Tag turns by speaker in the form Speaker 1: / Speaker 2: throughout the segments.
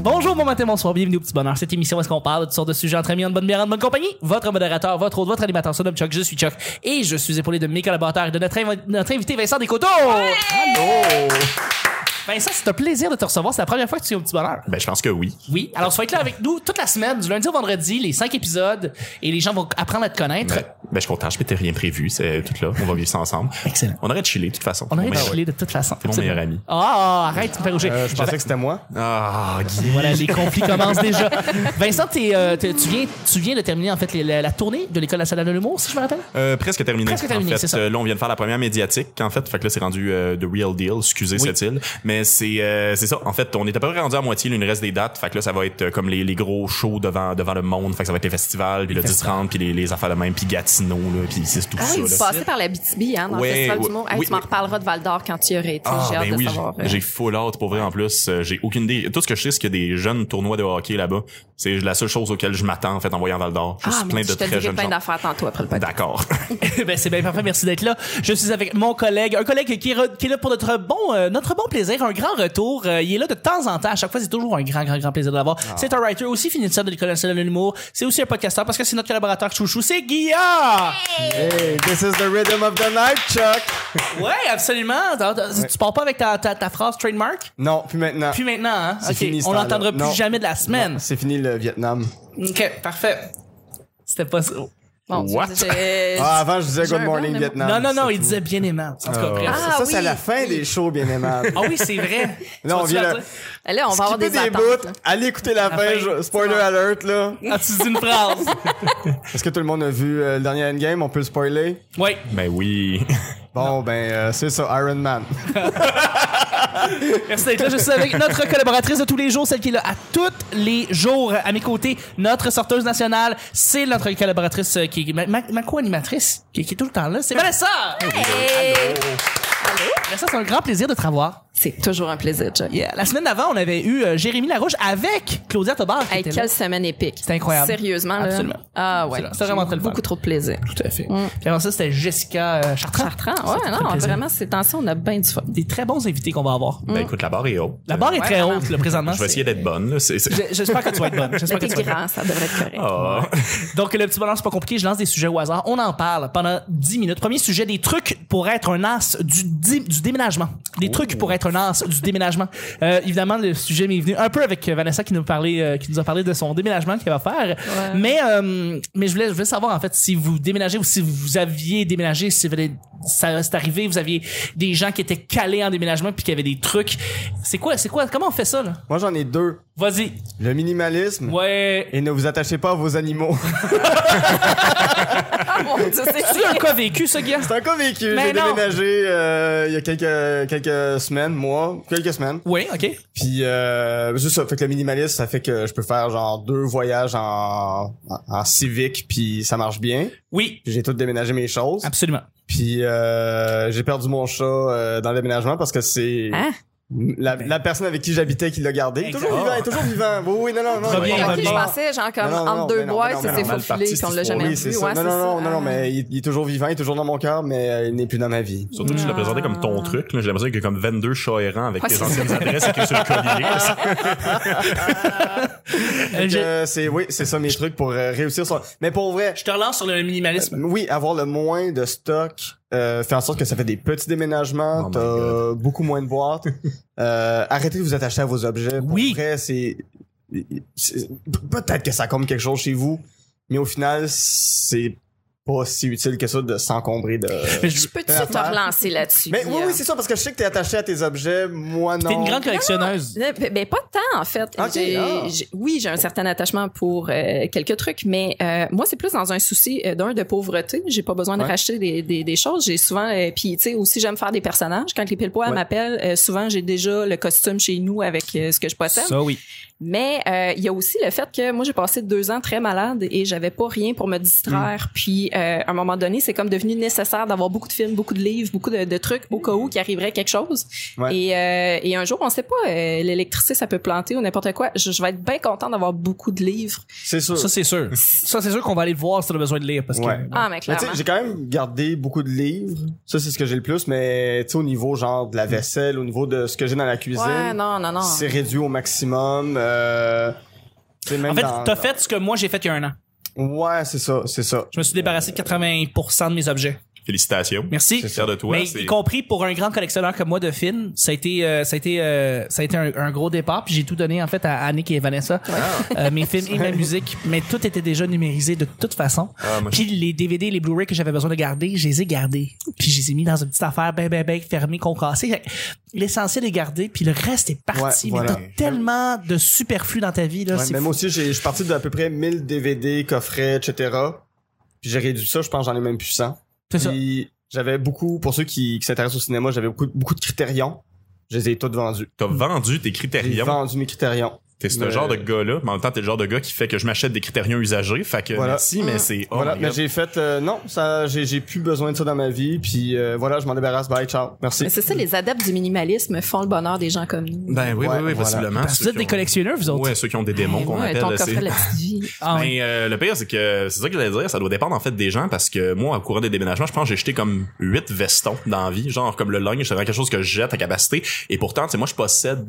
Speaker 1: Bonjour, bon matin, bonsoir, bienvenue au petit bonheur. Cette émission où est-ce qu'on parle de toutes sortes de sujets entre amis, en bonne bière, en bonne compagnie. Votre modérateur, votre hôte, votre animateur, son nom Chuck, je suis Chuck. Et je suis épaulé de mes collaborateurs et de notre, inv- notre invité Vincent Descoteaux. Allô! Vincent, c'est un plaisir de te recevoir. C'est la première fois que tu es au petit bonheur.
Speaker 2: Ben, je pense que oui.
Speaker 1: Oui, alors tu vas être là avec nous toute la semaine, du lundi au vendredi, les cinq épisodes, et les gens vont apprendre à te connaître.
Speaker 2: Ben, ben, je suis content, je m'étais rien prévu, c'est tout là. On va vivre ça ensemble.
Speaker 1: Excellent.
Speaker 2: On aurait chillé, de toute façon.
Speaker 1: On aurait
Speaker 2: Mon meilleur-
Speaker 1: chillé de toute façon.
Speaker 2: Mon meilleur ami.
Speaker 1: Ah, arrête, tu me fais rougir.
Speaker 3: Euh, je pensais que c'était moi.
Speaker 2: Ah, Guy.
Speaker 1: Voilà, les conflits commencent déjà. Vincent, t'es, euh, t'es- tu, viens, tu viens de terminer en fait les- la, la tournée de l'École nationale de l'humour, si je me rappelle.
Speaker 2: Euh, presque terminé.
Speaker 1: Presque terminé,
Speaker 2: en
Speaker 1: c'est
Speaker 2: fait,
Speaker 1: ça.
Speaker 2: Euh, là, on vient de faire la première médiatique, en fait. Fait que là, c'est rendu euh, The Real Deal. Excusez cette île. Mais c'est euh, c'est ça. En fait, on est à peu près rendu à moitié. Là, il nous reste des dates. Fait que là, ça va être euh, comme les, les gros shows devant devant le monde. Fait que ça va être les festivals, puis le 10-30, puis les, les affaires de même, puis Gatineau, là, puis c'est tout
Speaker 4: Ah
Speaker 2: ça.
Speaker 4: oui, vous
Speaker 2: là.
Speaker 4: passez par la BTB, hein, dans
Speaker 2: Ouais,
Speaker 4: le Festival
Speaker 2: ouais,
Speaker 4: du Monde. Hey,
Speaker 2: oui,
Speaker 4: tu m'en
Speaker 2: oui.
Speaker 4: reparleras de Val d'Or quand tu y aurais été.
Speaker 2: Ah,
Speaker 4: J'ai hâte
Speaker 2: ben
Speaker 4: de
Speaker 2: oui,
Speaker 4: savoir. euh.
Speaker 2: j'ai- j'ai full hâte pour vrai en plus. Euh, J'ai aucune idée. Tout ce que je sais, c'est qu'il y a des jeunes tournois de hockey là-bas. C'est la seule chose auquel je m'attends en fait en voyant Val d'Or. Juste
Speaker 4: ah, mais
Speaker 2: plein de
Speaker 4: je te
Speaker 2: très
Speaker 4: dirai
Speaker 2: jeunes
Speaker 4: plein
Speaker 2: gens.
Speaker 4: d'affaires tantôt après le podcast.
Speaker 2: D'accord.
Speaker 1: ben, c'est bien parfait, merci d'être là. Je suis avec mon collègue, un collègue qui est, re- qui est là pour notre bon, euh, notre bon plaisir, un grand retour. Euh, il est là de temps en temps. À chaque fois, c'est toujours un grand, grand, grand plaisir de l'avoir.
Speaker 3: Ah.
Speaker 1: C'est un writer aussi finisseur de l'École nationale de l'humour. C'est aussi un podcasteur parce que c'est notre collaborateur chouchou, c'est Guillaume.
Speaker 3: Hey, this is the rhythm of the night, Chuck.
Speaker 1: Ouais, absolument. T'as- t'as- Tu pars pas avec ta, ta, ta phrase trademark?
Speaker 3: Non, puis maintenant.
Speaker 1: Puis maintenant, hein?
Speaker 3: C'est
Speaker 1: Ok,
Speaker 3: fini, ce
Speaker 1: on
Speaker 3: temps-là.
Speaker 1: l'entendra plus
Speaker 3: Non.
Speaker 1: jamais de la semaine.
Speaker 3: C'est fini le Vietnam.
Speaker 1: ok, parfait. C'était pas ça.
Speaker 4: Bon,
Speaker 2: What?
Speaker 4: j'ai-
Speaker 3: Ah, avant, je disais
Speaker 4: j'ai
Speaker 3: Good
Speaker 4: un
Speaker 3: Morning
Speaker 4: blanc, mais bon.
Speaker 3: Vietnam.
Speaker 1: Non, non, non,
Speaker 3: C'est
Speaker 1: il
Speaker 3: tout.
Speaker 1: disait bien aimant. En tout cas, bref.
Speaker 4: Ah.
Speaker 3: ça, c'est
Speaker 4: oui.
Speaker 3: la fin des shows, bien aimables.
Speaker 1: Ah oui, c'est vrai.
Speaker 3: Là, on
Speaker 1: Tu vas-tu
Speaker 3: vient
Speaker 1: la
Speaker 3: de-
Speaker 1: dire?
Speaker 2: Ah.
Speaker 4: Là, on va avoir
Speaker 3: Skippez
Speaker 4: des,
Speaker 3: des
Speaker 4: attentes.
Speaker 3: bouts.
Speaker 4: là.
Speaker 3: Allez écouter la, fin.
Speaker 1: fin,
Speaker 3: je- Spoiler alert, là.
Speaker 1: Ah, tu dis une phrase.
Speaker 3: Est-ce que tout le monde a vu euh, le dernier Endgame? On peut le spoiler?
Speaker 1: oui.
Speaker 2: ben oui.
Speaker 3: Bon, ben, euh, c'est ça, Iron Man.
Speaker 1: Merci d'être là. Je suis avec notre collaboratrice de tous les jours, celle qui est là à tous les jours à mes côtés, notre sorteuse nationale. C'est notre collaboratrice euh, qui est ma, ma- ma co-animatrice, qui, qui est tout le temps là. C'est Vanessa!
Speaker 4: Hey!
Speaker 1: Vanessa, c'est un grand plaisir de te revoir.
Speaker 4: C'est toujours un plaisir, Chuck.
Speaker 1: Yeah. La semaine d'avant, on avait eu euh, Jérémy Larouche avec Claudia Tobar. qui
Speaker 4: Hey,
Speaker 1: était là.
Speaker 4: quelle semaine épique.
Speaker 1: C'était incroyable.
Speaker 4: Sérieusement, là.
Speaker 1: Absolument.
Speaker 4: Ah ouais.
Speaker 1: Absolument. C'était vraiment
Speaker 4: J'ai
Speaker 1: très le fun.
Speaker 4: Beaucoup trop de plaisir.
Speaker 1: Tout à fait. Puis avant ça, c'était Jessica euh, Chartrand.
Speaker 4: Chartrand,
Speaker 1: Ça
Speaker 4: ouais,
Speaker 1: fait
Speaker 4: non,
Speaker 1: plaisir.
Speaker 4: vraiment, ces temps-ci, on a bien du fun.
Speaker 1: Des très bons invités qu'on va avoir.
Speaker 2: Ben
Speaker 4: Mmh.
Speaker 2: écoute, la barre est haute.
Speaker 1: La barre est
Speaker 4: Ouais,
Speaker 1: très
Speaker 4: vraiment.
Speaker 1: haute, le présentement.
Speaker 2: Je
Speaker 4: Ah,
Speaker 2: vais essayer d'être bonne. là. C'est- c'est-
Speaker 1: Je- J'espère que tu vas être bonne. J'espère
Speaker 4: Mais
Speaker 1: que
Speaker 4: t'es
Speaker 1: tu vas être bonne.
Speaker 4: grand, ça devrait être correct.
Speaker 2: Ah.
Speaker 1: Donc, le petit bonheur, c'est pas compliqué. Je lance des sujets au hasard. On en parle pendant 10 minutes. Premier sujet, des trucs pour être un as du, di- du déménagement. Des trucs pour être un as du déménagement. Euh, évidemment, le sujet m'est venu un peu avec euh, Vanessa qui nous, parlait, euh, qui nous a parlé de son déménagement qu'elle va faire. Mais, euh, mais je, voulais, je voulais savoir, en fait, si vous déménagez ou si vous aviez déménagé, si vous avez- ça c'est arrivé, vous aviez des gens qui étaient calés en déménagement puis qui avaient des trucs. C'est quoi, c'est quoi, comment on fait ça, là?
Speaker 3: Moi, j'en ai deux.
Speaker 1: Vas-y.
Speaker 3: Le minimalisme.
Speaker 1: Ouais.
Speaker 3: Et ne vous attachez pas à vos animaux.
Speaker 4: Ah mon Dieu, c'est
Speaker 1: Tu as un cas vécu, ce gars?
Speaker 3: C'est un cas vécu.
Speaker 1: Mais
Speaker 3: J'ai
Speaker 1: non.
Speaker 3: déménagé euh, il y a quelques, quelques semaines, mois, quelques semaines.
Speaker 1: Oui, OK.
Speaker 3: Puis euh, juste ça, fait que le minimaliste, ça fait que je peux faire genre deux voyages en, en, en civique, puis ça marche bien.
Speaker 1: Oui,
Speaker 3: Puis j'ai tout déménagé mes choses.
Speaker 1: absolument.
Speaker 3: Puis euh, j'ai perdu mon chat euh, dans le déménagement parce que c'est
Speaker 4: Hein?
Speaker 3: la, la personne avec qui j'habitais qui l'a gardé.
Speaker 1: Exact. Ah.
Speaker 3: Toujours vivant, toujours vivant. Oui, oui, non, non, non.
Speaker 1: Reviens,
Speaker 3: il est pas
Speaker 4: Ok,
Speaker 1: reviens.
Speaker 3: mort.
Speaker 4: je pensais, genre, comme
Speaker 3: Non, non, non,
Speaker 4: entre
Speaker 3: mais
Speaker 4: deux
Speaker 3: non, mais
Speaker 4: bois,
Speaker 3: non, mais
Speaker 4: c'était
Speaker 3: non, mal
Speaker 4: faufilé, puis on l'a jamais
Speaker 3: Oui,
Speaker 4: revu.
Speaker 3: c'est ça.
Speaker 4: Ouais,
Speaker 3: non, non, non,
Speaker 4: c'est
Speaker 3: non,
Speaker 4: ça. Ah.
Speaker 3: non, mais il, il est toujours vivant, il est toujours dans mon cœur, mais euh, il n'est plus dans ma vie.
Speaker 2: Surtout que tu l'as présenté comme ton truc. là. J'ai l'impression qu'il y a comme 22 chats errants avec
Speaker 4: Ah. Ouais,
Speaker 2: tes
Speaker 4: c'est Ah.
Speaker 2: anciennes adresses et que sur le collier. là. C'est-
Speaker 1: Euh,
Speaker 3: Fait que,
Speaker 1: je,
Speaker 3: euh, c'est oui, c'est ça mes trucs pour euh, réussir. Son... Mais pour vrai,
Speaker 1: je te relance sur le minimalisme.
Speaker 3: Oui, avoir le moins de stock euh, fait en sorte que ça fait des petits déménagements,
Speaker 2: Oh my
Speaker 3: t'as beaucoup moins de boîtes. Euh, arrêtez de vous attacher à vos objets. Pour
Speaker 1: Oui.
Speaker 3: vrai, c'est c'est- peut-être que ça comble quelque chose chez vous, mais au final, c'est pas si utile que ça de s'encombrer de.
Speaker 1: Mais je-
Speaker 4: Je peux-tu
Speaker 3: Faire
Speaker 4: te
Speaker 3: affaire.
Speaker 4: relancer là-dessus?
Speaker 3: Mais oui,
Speaker 4: Guillaume?
Speaker 3: oui, c'est ça parce que je sais que t'es attaché à tes objets, moi non.
Speaker 1: euh, T'es une grande collectionneuse.
Speaker 4: Euh, ben, ben, pas tant en fait.
Speaker 3: Ok,
Speaker 4: J'ai-
Speaker 3: ah.
Speaker 4: j'ai- oui, j'ai un certain attachement pour euh, quelques trucs, mais euh, moi c'est plus dans un souci euh, d'un de pauvreté. J'ai pas besoin de
Speaker 3: Ouais.
Speaker 4: racheter des, des, des choses. J'ai souvent euh, puis tu sais aussi j'aime faire des personnages. Quand les pile poils
Speaker 3: Ouais.
Speaker 4: m'appellent, euh, souvent j'ai déjà le costume chez nous avec euh, ce que je possède.
Speaker 1: oui.
Speaker 4: Mais euh, il y a aussi le fait que moi j'ai passé deux ans très malade et j'avais pas rien pour me distraire puis euh, à un moment donné, c'est comme devenu nécessaire d'avoir beaucoup de films, beaucoup de livres, beaucoup de, de trucs au cas où qu'il arriverait quelque chose.
Speaker 3: Ouais.
Speaker 4: Et, euh, et un jour, on sait pas, euh, l'électricité, ça peut planter ou n'importe quoi. Je, je vais être bien content d'avoir beaucoup de livres.
Speaker 3: C'est sûr.
Speaker 1: Ça, c'est sûr. Ça, c'est sûr qu'on va aller le voir si t'as besoin de lire. Parce que,
Speaker 3: Ouais.
Speaker 4: Ah, mais
Speaker 3: Mais tu sais,
Speaker 4: clairement.
Speaker 3: j'ai quand même gardé beaucoup de livres. Ça, c'est ce que j'ai le plus, mais tu sais, au niveau genre
Speaker 1: Mm.
Speaker 3: de la vaisselle, au niveau de ce que j'ai dans la cuisine,
Speaker 4: Ouais, non, non, non.
Speaker 3: c'est réduit au maximum. Euh, tu sais, même
Speaker 1: hein. En fait,
Speaker 3: dans-
Speaker 1: t'as fait ce que moi j'ai fait il y a un an.
Speaker 3: Ouais, c'est ça, c'est ça.
Speaker 1: Je me suis débarrassé de 80% de mes objets.
Speaker 2: Félicitations.
Speaker 1: Merci.
Speaker 2: C'est fier de toi.
Speaker 1: Mais
Speaker 2: c'est-
Speaker 1: y compris pour un grand collectionneur comme moi de films, ça a été, euh, ça a été, euh, ça a été un, un gros départ. Puis j'ai tout donné en fait à Annick et Vanessa, Euh, mes films et ma musique. Mais tout était déjà numérisé de toute façon.
Speaker 2: Ah, moi,
Speaker 1: Puis les DVD, les Blu-ray que j'avais besoin de garder, je les ai gardés. Puis je les ai mis dans une petite affaire ben ben ben fermée, concassée. Fait que L'essentiel est gardé, puis le reste est parti.
Speaker 3: Ouais, voilà.
Speaker 1: Mais t'as tellement de superflu dans ta vie là.
Speaker 3: Ouais,
Speaker 1: c'est
Speaker 3: mais
Speaker 1: fou.
Speaker 3: moi aussi, j'ai- je suis parti d'à peu près 1000 DVD, coffrets, etc. Puis j'ai réduit ça, je pense que j'en ai même plus 100.
Speaker 1: C'est ça.
Speaker 3: Puis j'avais beaucoup, pour ceux qui, qui s'intéressent au cinéma, j'avais beaucoup, beaucoup de critérions. Je les ai tous vendus.
Speaker 2: T'as vendu tes
Speaker 3: J'ai
Speaker 2: critériums.
Speaker 3: vendu mes critérions.
Speaker 2: T'es ce
Speaker 3: Mais-
Speaker 2: genre de gars-là, mais en même temps, t'es le genre de gars qui fait que je m'achète des critériums usagés. Fait que
Speaker 3: Voilà.
Speaker 2: merci,
Speaker 4: Mmh.
Speaker 2: mais c'est. oh
Speaker 3: voilà,
Speaker 2: my
Speaker 3: mais
Speaker 2: God.
Speaker 3: j'ai fait euh, non, ça j'ai j'ai plus besoin de ça dans ma vie puis euh, voilà, je m'en débarrasse, bye, ciao. Merci.
Speaker 4: Mais C'est ça, les adeptes du minimalisme font le bonheur des gens comme nous.
Speaker 2: Ben oui, oui, oui,
Speaker 3: Ouais, voilà.
Speaker 2: possiblement.
Speaker 1: Parce que
Speaker 2: Ceux
Speaker 1: vous êtes
Speaker 2: qui
Speaker 1: des
Speaker 2: ont-
Speaker 1: collectionneurs, vous autres. Ben
Speaker 2: Ouais, ceux qui ont des démons qu'on
Speaker 4: Ben Ouais,
Speaker 2: appelle.
Speaker 4: ton
Speaker 2: là,
Speaker 4: coffret
Speaker 2: c'est-
Speaker 4: de la petite vie.
Speaker 1: Ah, ouais.
Speaker 2: Mais euh, le pire, c'est que c'est ça que j'allais dire. Ça doit dépendre en fait des gens parce que moi, au courant des déménagements, je pense que j'ai jeté comme huit vestons dans la vie, genre comme le lunch, c'est vraiment quelque chose que je jette à capacité. Et pourtant, tu sais, moi, je possède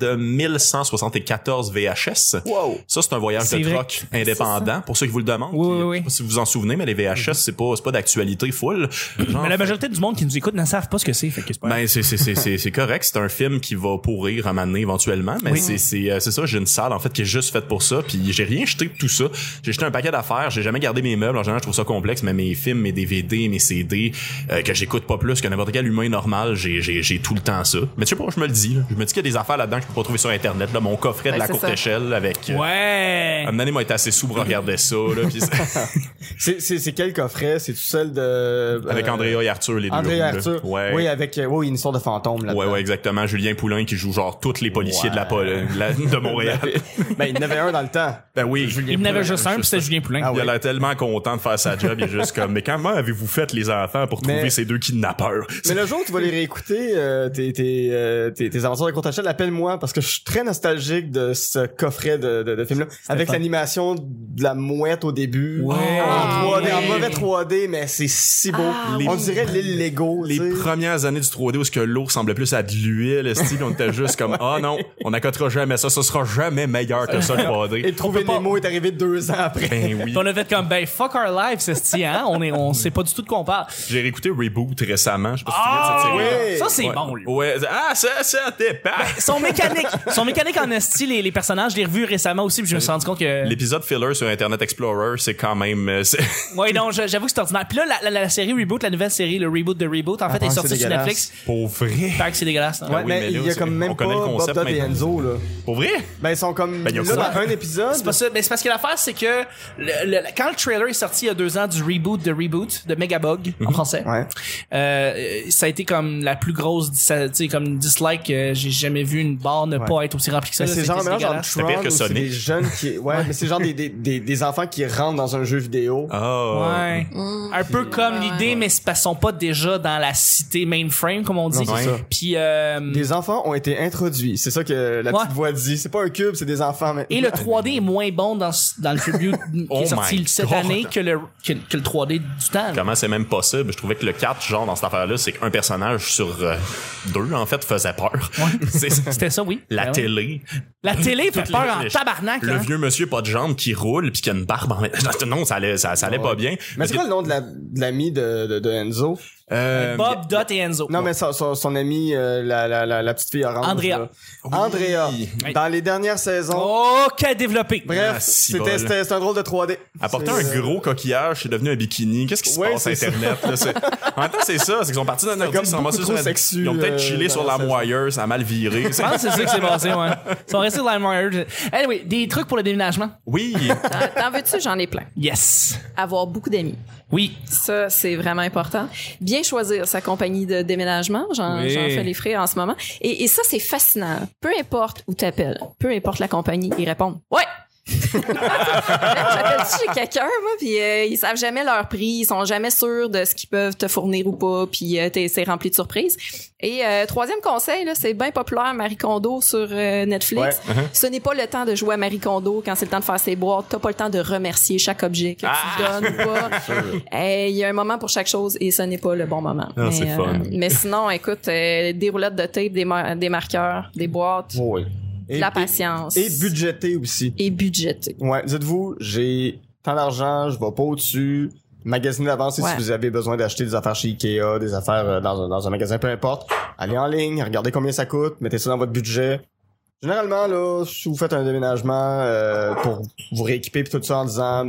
Speaker 2: 1174 VHS.
Speaker 3: Wow.
Speaker 2: Ça, c'est un voyage
Speaker 1: C'est
Speaker 2: de
Speaker 1: vrai.
Speaker 2: troc indépendant, pour ceux qui vous le demandent.
Speaker 1: Oui, oui,
Speaker 2: Puis, je
Speaker 1: oui.
Speaker 2: sais pas Si vous vous en souvenez, mais les VHS, c'est pas, c'est pas d'actualité full. Genre,
Speaker 1: Mais la majorité du monde qui nous écoute ne savent pas ce que c'est. Fait que c'est pas grave.
Speaker 2: ben, c'est, c'est, c'est, c'est, c'est correct. C'est un film qui va pourrir à un moment donné éventuellement. Mais
Speaker 1: Oui.
Speaker 2: c'est, c'est, euh, c'est ça. J'ai une salle, en fait, qui est juste faite pour ça. Puis j'ai rien jeté de tout ça. J'ai jeté un paquet d'affaires. J'ai jamais gardé mes meubles. En général, je trouve ça complexe. Mais mes films, mes DVD, mes CD, euh, que j'écoute pas plus que n'importe quel humain normal, j'ai, j'ai, j'ai tout le temps ça. Mais tu sais pas, je me le dis, là. Je me dis qu'il y a des affaires là-dedans que je peux pas trouver sur Internet, là. Mon coffret de
Speaker 4: Ouais,
Speaker 2: la
Speaker 4: c'est
Speaker 2: courte
Speaker 4: ça.
Speaker 2: échelle avec. euh,
Speaker 1: ouais.
Speaker 2: un moment donné, moi, était assez souple, regardait ça, là. Puis c'est-
Speaker 3: C'est c'est c'est quel coffret C'est tout seul de euh,
Speaker 2: avec Andrea et Arthur, les deux.
Speaker 3: André
Speaker 2: roues, là.
Speaker 3: Arthur.
Speaker 2: Ouais.
Speaker 3: Oui, avec euh, oui, une histoire de fantôme là.
Speaker 2: Ouais, ouais, exactement. Julien Poulain qui joue genre tous les policiers de la, pol- de la- de Montréal.
Speaker 3: ben, il y en avait un dans le temps.
Speaker 2: Ben oui,
Speaker 1: Il n'avait juste un, puis c'était Julien Poulin.
Speaker 3: Ah
Speaker 2: Il
Speaker 3: ouais.
Speaker 2: a l'air tellement content de faire sa job, il est juste comme, mais comment avez-vous fait les enfants pour trouver
Speaker 3: Mais-
Speaker 2: ces deux kidnappeurs?
Speaker 3: Mais le jour où tu vas les réécouter, euh, tes, tes, euh, tes, tes aventures de courte échelle, appelle-moi parce que je suis très nostalgique de ce coffret de, de, de film-là. Avec
Speaker 1: fun.
Speaker 3: l'animation de la mouette au début.
Speaker 1: Ouais.
Speaker 3: En 3D, en
Speaker 1: Ouais.
Speaker 3: mauvais 3D, mais c'est si beau.
Speaker 4: Ah,
Speaker 3: On
Speaker 2: oui.
Speaker 3: dirait l'île Lego.
Speaker 2: Les
Speaker 3: tu sais.
Speaker 2: premières années du 3D où ce que l'eau ressemblait plus à de l'huile, style, on était juste comme, ah non, on n'accotera jamais ça, ça sera jamais meilleur que ça le 3D.
Speaker 3: Et trouver
Speaker 1: pas-
Speaker 3: Nemo mots est arrivé deux ans après.
Speaker 2: Ben oui.
Speaker 1: Puis on a fait comme, ben, fuck our life, c'est hein? On est, on sait pas du tout de quoi on parle.
Speaker 2: J'ai réécouté Reboot récemment, je sais pas si
Speaker 1: Ah!
Speaker 2: tu te souviens de cette série.
Speaker 1: Ça, c'est
Speaker 2: Ouais.
Speaker 1: bon, là.
Speaker 2: Ouais. Ah, ça, ça, t'es
Speaker 3: Ben,
Speaker 2: pas.
Speaker 1: Son mécanique, son mécanique en esti, les, les personnages, je l'ai revu récemment aussi, puis je me suis rendu compte que.
Speaker 2: L'épisode filler sur Internet Explorer, c'est quand même, euh, c'est-
Speaker 1: Ouais, non, je- j'avoue que c'est ordinaire. Puis là, la, la- la série Reboot, la nouvelle série, le Reboot de Reboot, en fait,
Speaker 3: Ah,
Speaker 1: est
Speaker 3: c'est
Speaker 1: sortie sur
Speaker 3: dégueulasse.
Speaker 1: Netflix.
Speaker 2: pour vrai.
Speaker 1: Fait que c'est dégueulasse. hein. non?
Speaker 3: Ouais,
Speaker 2: oui,
Speaker 3: mais,
Speaker 2: mais là,
Speaker 3: il y a
Speaker 2: c'est-
Speaker 3: comme
Speaker 2: on
Speaker 3: même pas
Speaker 2: connaît le
Speaker 3: Bob
Speaker 2: concept
Speaker 3: Dot et
Speaker 2: maintenant.
Speaker 3: Enzo, là.
Speaker 2: Pour vrai?
Speaker 3: Ben, ils sont comme,
Speaker 2: Ben, il y a
Speaker 3: là,
Speaker 2: quoi?
Speaker 3: dans un épisode.
Speaker 1: C'est pas ça. Mais c'est parce que l'affaire, c'est que le- le- quand le trailer est sorti il y a deux ans du reboot de Reboot, de Megabug, en français,
Speaker 3: Mhm. Ouais.
Speaker 1: euh, ça a été comme la plus grosse, dis- ça- tu sais, comme dislike. euh, J'ai jamais vu une barre ne
Speaker 3: Ouais.
Speaker 1: pas être aussi remplie que ça.
Speaker 3: Mais
Speaker 1: là,
Speaker 3: c'est genre un
Speaker 1: c'était
Speaker 3: mélange entre
Speaker 1: dégueulasse.
Speaker 2: C'est pire
Speaker 3: Tron
Speaker 2: que
Speaker 3: ou c'est
Speaker 2: Sonic.
Speaker 3: des jeunes qui, ouais, mais c'est genre des, des, des, des enfants qui rentrent dans un jeu vidéo.
Speaker 2: Oh.
Speaker 1: Ouais. Un peu comme l'idée, mais ils sont pas déjà dans la cité mainframe, comme on dit.
Speaker 3: Non, c'est ça.
Speaker 1: Puis, euh,
Speaker 3: Des enfants ont été introduits. C'est ça que la petite
Speaker 1: Ouais.
Speaker 3: voix dit. C'est pas un cube, c'est des enfants maintenant.
Speaker 1: et le 3D est moins bon dans, ce- dans le tribute qui
Speaker 2: Oh
Speaker 1: est sorti
Speaker 2: my
Speaker 1: cette
Speaker 2: God.
Speaker 1: année que le, que, que le 3D du temps. là.
Speaker 2: Comment c'est même possible? Je trouvais que le 4, genre, dans cette affaire-là, c'est qu'un personnage sur euh, deux, en fait, faisait peur. C'est-
Speaker 1: C'était ça, oui.
Speaker 2: La
Speaker 1: Ben oui.
Speaker 2: télé.
Speaker 1: La télé fait
Speaker 2: Toutes
Speaker 1: peur
Speaker 2: les-
Speaker 1: en
Speaker 2: le-
Speaker 1: tabarnak.
Speaker 2: Le
Speaker 1: hein.
Speaker 2: vieux monsieur pas de jambes qui roule puis qui a une barbe en Non, ça allait, ça, ça allait pas bien.
Speaker 3: Mais
Speaker 2: Parce
Speaker 3: c'est
Speaker 2: que-
Speaker 3: quoi le nom de la- de l'ami de, de, de Enzo?
Speaker 2: Euh,
Speaker 1: Bob, Dot et Enzo.
Speaker 3: Non, mais son, son, son ami, euh, la, la, la, la petite fille orange.
Speaker 1: Andrea.
Speaker 3: là. Andrea. Dans les dernières saisons.
Speaker 1: Oh, qu'a développé.
Speaker 3: Bref,
Speaker 2: Ah, si
Speaker 3: c'était
Speaker 2: bol.
Speaker 3: c'était- c'est un drôle de 3D.
Speaker 2: Apporter
Speaker 3: C'est,
Speaker 2: un
Speaker 3: euh,
Speaker 2: gros coquillage, c'est devenu un bikini. Qu'est-ce qui se
Speaker 3: Ouais,
Speaker 2: passe
Speaker 3: c'est
Speaker 2: Internet? là, c'est- en même temps, c'est ça. C'est qu'ils sont partis d'un ordi,
Speaker 3: comme
Speaker 2: ils sont
Speaker 3: beaucoup
Speaker 2: ramassés
Speaker 3: trop
Speaker 2: sur la-
Speaker 3: sexu,
Speaker 2: Ils ont peut-être
Speaker 3: euh,
Speaker 2: chillé sur
Speaker 3: dans la
Speaker 2: la moire, ça a mal viré.
Speaker 1: Je
Speaker 2: C'est-
Speaker 1: pense que c'est ça qui s'est passé, ouais. Ils sont restés dans le Meyer. Anyway, des trucs pour le déménagement.
Speaker 2: Oui,
Speaker 4: T'en- T'en veux-tu? J'en ai plein.
Speaker 1: Yes.
Speaker 4: Avoir beaucoup d'amis.
Speaker 1: Oui.
Speaker 4: Ça, c'est vraiment important. Bien choisir sa compagnie de déménagement. J'en
Speaker 1: Oui.
Speaker 4: j'en fais les frais en ce moment. Et, et ça, c'est fascinant. Peu importe où t'appelles, peu importe la compagnie, ils répondent « Ouais! » J'appelle-tu chez quelqu'un, moi, puis euh, ils savent jamais leur prix, ils sont jamais sûrs de ce qu'ils peuvent te fournir ou pas, puis euh, t'es- c'est rempli de surprises. Et euh, troisième conseil, là, c'est bien populaire Marie Kondo sur euh, Netflix. Ce n'est pas le temps de jouer à Marie Kondo quand c'est le temps de faire ses boîtes. T'as pas le temps de remercier chaque objet que tu
Speaker 2: Ah!
Speaker 4: donnes ou pas. Eh, Il y a un moment pour chaque chose et ce n'est pas le bon moment.
Speaker 2: Ah, c'est
Speaker 4: euh,
Speaker 2: fun.
Speaker 4: mais sinon, écoute, euh, des roulettes de tape, des, mar- des marqueurs, des boîtes,
Speaker 3: Oui. Et,
Speaker 4: de la
Speaker 3: et-
Speaker 4: patience.
Speaker 3: et budgéter aussi.
Speaker 4: Et budgété.
Speaker 3: Ouais, dites-vous, j'ai tant d'argent, je vais pas au-dessus. Magasinez d'avance
Speaker 4: Ouais.
Speaker 3: si vous avez besoin d'acheter des affaires chez Ikea, des affaires euh, dans un, dans un magasin, peu importe. Allez en ligne, regardez combien ça coûte, mettez ça dans votre budget. Généralement, là, si vous faites un déménagement euh, pour vous rééquiper pis tout ça en disant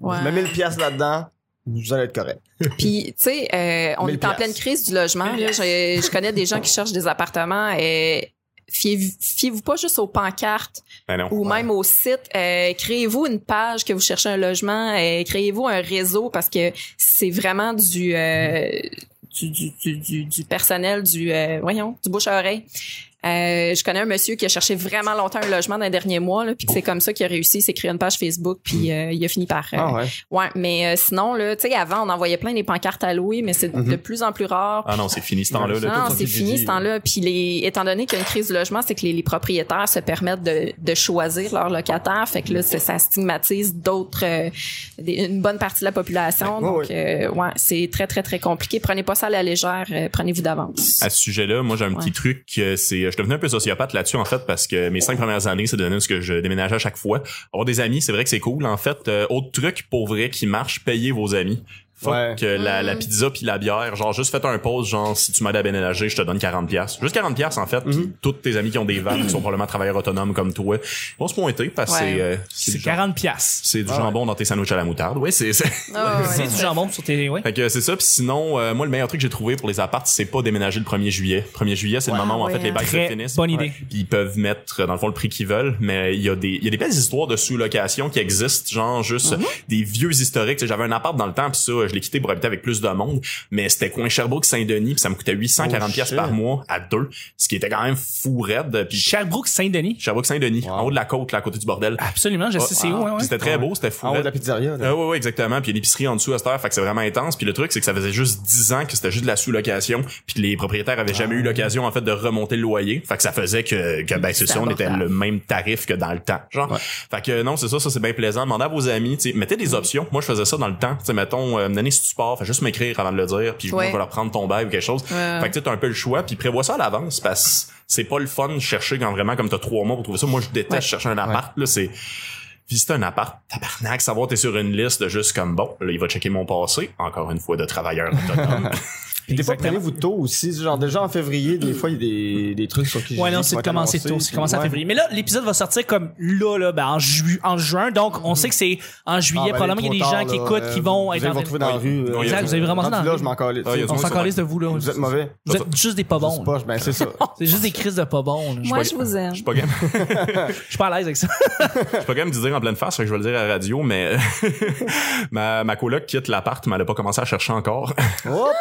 Speaker 4: Ouais.
Speaker 3: je mets 1000 pièces là-dedans, vous allez être correct.
Speaker 4: Puis, tu sais, euh, on
Speaker 3: Mille
Speaker 4: est en
Speaker 3: piastres.
Speaker 4: pleine crise du logement. Là, je, je connais des gens qui cherchent des appartements. Et fiez- fiez-vous pas juste aux pancartes
Speaker 2: Ben non.
Speaker 4: ou même au site. Euh, créez-vous une page que vous cherchez un logement. euh, créez-vous un réseau parce que c'est vraiment du, euh, du, du, du, du- du personnel, du euh, voyons, du bouche à oreille. Euh, je connais un monsieur qui a cherché vraiment longtemps un logement dans les derniers mois, là, puis que c'est comme ça qu'il a réussi, il s'est créé une page Facebook,
Speaker 3: Hmm.
Speaker 4: puis euh, il a fini par euh,
Speaker 3: Ah ouais.
Speaker 4: Ouais, mais euh, sinon, là, tu sais, avant, on envoyait plein des pancartes à louer, mais c'est de
Speaker 3: Mhm.
Speaker 4: plus en plus rare.
Speaker 2: Ah non, c'est fini ce temps-là. là.
Speaker 4: Non,
Speaker 3: tout ça,
Speaker 4: c'est
Speaker 3: c'est
Speaker 4: fini
Speaker 3: dit.
Speaker 4: ce temps-là. Puis les, étant donné qu'il y a une crise du logement, c'est que les, les propriétaires se permettent de, de choisir leurs locataires. Fait que là, c'est- ça stigmatise d'autres, euh, des- une bonne partie de la population.
Speaker 3: Ouais,
Speaker 4: Donc, euh, ouais, c'est très, très, très compliqué. Prenez pas ça à la légère. euh, Prenez-vous d'avance.
Speaker 2: à ce sujet-là, moi j'ai un petit
Speaker 4: Ouais.
Speaker 2: truc, euh, c'est je devenais un peu sociopathe là-dessus en fait parce que mes cinq premières années, c'est devenu ce que je déménageais à chaque fois. Avoir des amis, c'est vrai que c'est cool. En fait, euh, autre truc pour vrai qui marche, payez vos amis. Fuck
Speaker 3: Ouais.
Speaker 2: euh, la,
Speaker 4: Mm.
Speaker 2: la pizza puis la bière, genre juste faites un pause, genre si tu m'aides à déménager, je te donne 40 pièces. Juste 40 pièces en fait, puis toutes tes amis qui ont des vannes, qui sont probablement travailleurs autonomes comme toi, vont se pointer parce que
Speaker 4: Ouais.
Speaker 2: c'est euh, c'est
Speaker 1: C'est
Speaker 2: du jam-
Speaker 1: 40 piastres.
Speaker 2: c'est du jambon dans tes sandwichs à la moutarde. Ouais, c'est c'est-
Speaker 4: Ah, ouais.
Speaker 1: C'est du jambon sur tes... Ouais.
Speaker 2: fait que c'est ça. Puis sinon, euh, moi, le meilleur truc que j'ai trouvé pour les apparts, c'est pas déménager le 1er juillet. 1er juillet, c'est le
Speaker 4: Ouais,
Speaker 2: moment où en
Speaker 4: ouais,
Speaker 2: fait les
Speaker 4: hein.
Speaker 2: bails se
Speaker 1: Très
Speaker 2: finissent.
Speaker 1: bonne
Speaker 2: Ouais.
Speaker 1: idée.
Speaker 2: Puis ils peuvent mettre euh, dans le fond le prix qu'ils veulent. Mais il y a des, il y a des belles histoires de sous-location qui existent, genre juste euh, des vieux historiques. Tu sais, J'avais un appart dans le temps, puis ça, je l'ai quitté pour habiter avec plus de monde. Mais c'était coin Sherbrooke-Saint-Denis, puis ça me coûtait 840
Speaker 3: Oh,
Speaker 2: pièces
Speaker 3: shit.
Speaker 2: par mois à deux, ce qui était quand même fou raide. Puis
Speaker 1: Sherbrooke-Saint-Denis.
Speaker 2: Sherbrooke-Saint-Denis,
Speaker 3: Wow.
Speaker 2: en haut de la côte, là, à côté du bordel. Ah,
Speaker 1: Absolument, je sais Ah, c'est où. ouais, ouais.
Speaker 2: Puis Oh, c'était très
Speaker 3: Ouais.
Speaker 2: beau, c'était fou.
Speaker 3: En haut de
Speaker 2: raide.
Speaker 3: la pizzeria. là.
Speaker 2: Ah ouais, ouais, exactement. Puis il y a une épicerie en dessous à cette heure, fait que c'est vraiment intense. Puis le truc, c'est que ça faisait juste 10 ans que c'était juste de la sous-location, puis que les propriétaires avaient jamais eu l'occasion en fait de remonter le loyer. Fait que ça faisait que, que ben c'est
Speaker 4: C'est
Speaker 2: ça, on était
Speaker 4: abordable.
Speaker 2: le même tarif que dans le temps. Genre.
Speaker 3: Ouais.
Speaker 2: Fait que non, c'est ça, ça c'est bien plaisant. Demandez à vos amis, tu sais, mettez des options. Moi je faisais ça dans le temps. Tu sais, mettons, euh, me donner si tu pars, fais juste m'écrire avant de le dire, puis moi,
Speaker 4: Ouais.
Speaker 2: je vais leur prendre ton bail ou quelque chose.
Speaker 4: Ouais.
Speaker 2: Fait que tu sais, t'as un peu le choix, puis prévois ça à l'avance parce que c'est pas le fun de chercher quand vraiment comme t'as trois mois pour trouver ça. Moi je déteste
Speaker 4: Ouais.
Speaker 2: chercher un appart, là, c'est visiter un appart, tabarnak, savoir t'es sur une liste de juste comme bon, là, il va checker mon passé, encore une fois de travailleur autonome.
Speaker 3: Puis des fois,
Speaker 1: Exactement.
Speaker 3: prenez-vous tôt aussi. Genre, déjà en février, des fois, il y a des, des trucs sur qui
Speaker 1: Ouais, non, c'est de commencer tôt, c'est de commencer en février. Mais là, l'épisode va sortir comme là, là, ben, en, ju- en juin. Donc, on sait que c'est en juillet.
Speaker 3: Ah, ben,
Speaker 1: Probablement qu'il y a des gens qui écoutent qui vont être
Speaker 3: Vous allez
Speaker 1: en train de-
Speaker 3: vous retrouver dans la rue. euh,
Speaker 2: Exact,
Speaker 1: vous allez vraiment
Speaker 3: rendu
Speaker 1: dans la
Speaker 3: là,
Speaker 1: rue.
Speaker 3: je m'en calais.
Speaker 2: Ah, il y a du
Speaker 1: On
Speaker 2: monde
Speaker 1: s'en
Speaker 2: qui
Speaker 1: calisse de vous, là.
Speaker 3: Vous êtes mauvais.
Speaker 1: Vous êtes juste des pas
Speaker 3: Je
Speaker 1: bons.
Speaker 3: suis
Speaker 1: là.
Speaker 3: poche, ben c'est ça.
Speaker 1: C'est juste des crises de pas bons. là.
Speaker 4: Moi, je vous aime.
Speaker 2: Je suis pas game, je
Speaker 1: Je suis pas à l'aise avec ça.
Speaker 2: suis pas game de dire en pleine face, fait que je vais le dire à la radio, mais ma, ma coloc quitte l'appart, mais elle a pas commencé à chercher encore.
Speaker 3: Hop!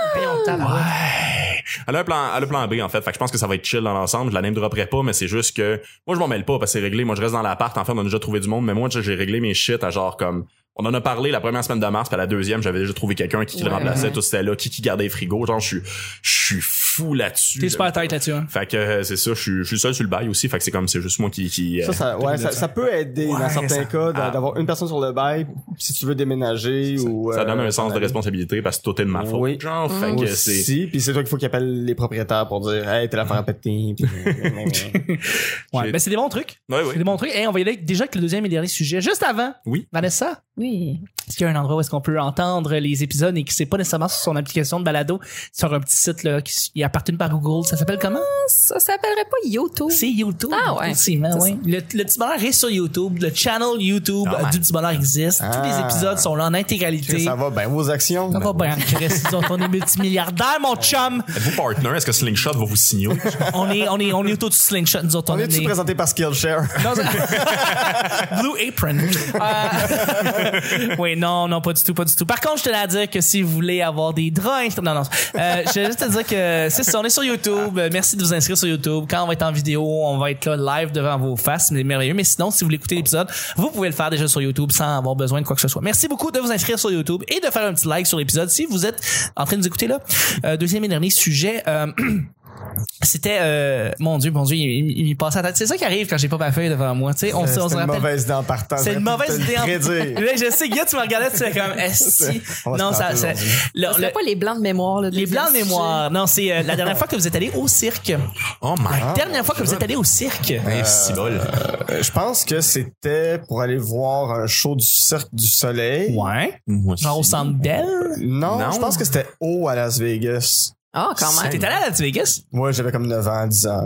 Speaker 2: Elle a un plan, elle a un plan B en fait. Fait que je pense que ça va être chill dans l'ensemble. Je la name dropperai pas, mais c'est juste que moi je m'en mêle pas parce que c'est réglé. Moi je reste dans l'appart. En fait, on a déjà trouvé du monde, mais moi tu sais, j'ai réglé mes shit à genre comme on en a parlé la première semaine de mars, puis à la deuxième, j'avais déjà trouvé quelqu'un qui, qui le
Speaker 4: Ouais.
Speaker 2: remplaçait, tout c'était là, qui, qui gardait les frigos. Genre, je suis, je suis fou là-dessus.
Speaker 1: T'es
Speaker 2: là.
Speaker 1: super tête là-dessus. hein.
Speaker 2: Fait que euh, c'est ça, je suis, je suis seul sur le bail aussi. Fait que c'est comme c'est juste moi qui. qui euh,
Speaker 3: Ça, ça, ouais, ça, ça peut aider
Speaker 2: Ouais,
Speaker 3: dans certains
Speaker 2: ça-
Speaker 3: cas d'a-
Speaker 2: ah.
Speaker 3: d'avoir une personne sur le bail si tu veux déménager ou.
Speaker 2: ça
Speaker 3: euh,
Speaker 2: donne un sens de
Speaker 3: aller.
Speaker 2: responsabilité parce que tout est de ma faute.
Speaker 3: Oui.
Speaker 2: Genre, fait que c'est.
Speaker 3: Aussi, puis c'est toi qu'il faut qu'il appelle les propriétaires pour dire Hey, t'es la faire péter. Puis-
Speaker 1: Ouais.
Speaker 2: J'ai-
Speaker 1: Ben, c'est des bons trucs.
Speaker 2: Ouais,
Speaker 1: C'est
Speaker 2: ouais.
Speaker 1: des bons trucs. Et on va y aller déjà avec le deuxième et dernier sujet. Juste avant.
Speaker 2: Oui.
Speaker 1: Vanessa,
Speaker 4: Oui.
Speaker 1: est-ce qu'il y a un endroit où est-ce qu'on peut entendre les épisodes et que c'est pas nécessairement sur son application de balado, sur un petit site là, qui qui appartient par Google? Ça s'appelle comment?
Speaker 4: Ça s'appellerait pas Yoto.
Speaker 1: C'est YouTube.
Speaker 4: Ah ouais.
Speaker 1: effectivement,
Speaker 4: C'est
Speaker 1: ouais. Le, le petit bonheur est sur YouTube. Le channel YouTube
Speaker 2: Ah ouais.
Speaker 1: du petit bonheur existe. Tous les
Speaker 3: Ah.
Speaker 1: épisodes sont là en intégralité.
Speaker 3: ça va bien, vos actions.
Speaker 1: Ça va bien, Chris. Nous autres, on est multimilliardaires, mon chum.
Speaker 2: Êtes-vous partner? Est-ce que Slingshot va vous signaler?
Speaker 1: On est, on est, on est autour du slingshot. Nous autres, on,
Speaker 3: On est-tu
Speaker 1: des-
Speaker 3: présenté par Skillshare?
Speaker 1: Non, c'est- Blue Apron. Euh, oui, non, non, pas du tout, pas du tout. Par contre, je tenais à dire que si vous voulez avoir des draps, inter- non, non. Euh, je vais juste te dire que c'est ça, on est sur YouTube. Euh, Merci de vous inscrire sur YouTube. Quand on va être en vidéo, on va être là live devant vos faces, c'est merveilleux. Mais sinon, si vous voulez écouter l'épisode, vous pouvez le faire déjà sur YouTube sans avoir besoin de quoi que ce soit. Merci beaucoup de vous inscrire sur YouTube et de faire un petit like sur l'épisode si vous êtes en train de nous écouter là. Euh, deuxième et dernier sujet. euh, C'était euh, mon dieu, mon dieu, il, il, il passe à la tête. C'est ça qui arrive quand j'ai pas ma feuille devant moi, tu sais. On, se- on se
Speaker 3: C'est une
Speaker 1: rappelle.
Speaker 3: mauvaise idée en partant.
Speaker 1: C'est une
Speaker 3: j'aurais pu
Speaker 1: mauvaise
Speaker 3: Ah, ben, te le
Speaker 1: idée. en-
Speaker 3: prédire.
Speaker 1: Là, je sais, Guillaume, tu me regardais, tu fais comme, est-ce
Speaker 3: On va se
Speaker 1: Non, ça,
Speaker 3: planter
Speaker 1: ça-
Speaker 3: aujourd'hui.
Speaker 1: le-
Speaker 4: C'est
Speaker 1: le-
Speaker 4: pas les blancs de mémoire. Là, de
Speaker 1: les blancs de
Speaker 4: sujet.
Speaker 1: mémoire. Non, c'est euh, la dernière fois que vous êtes allé au cirque.
Speaker 2: Oh my
Speaker 3: Ah,
Speaker 1: La dernière fois que vous êtes allé au cirque.
Speaker 3: Ben,
Speaker 2: Hey, si bol.
Speaker 3: Euh, Je pense que c'était pour aller voir un show du Cirque du Soleil.
Speaker 1: Ouais.
Speaker 2: Moi aussi.
Speaker 1: Genre au Centre Bell.
Speaker 3: Non,
Speaker 2: Non.
Speaker 3: je pense que c'était haut à Las Vegas.
Speaker 4: Ah, quand même.
Speaker 1: T'es allé à Las Vegas?
Speaker 3: Moi, j'avais comme 9 ans, 10 ans.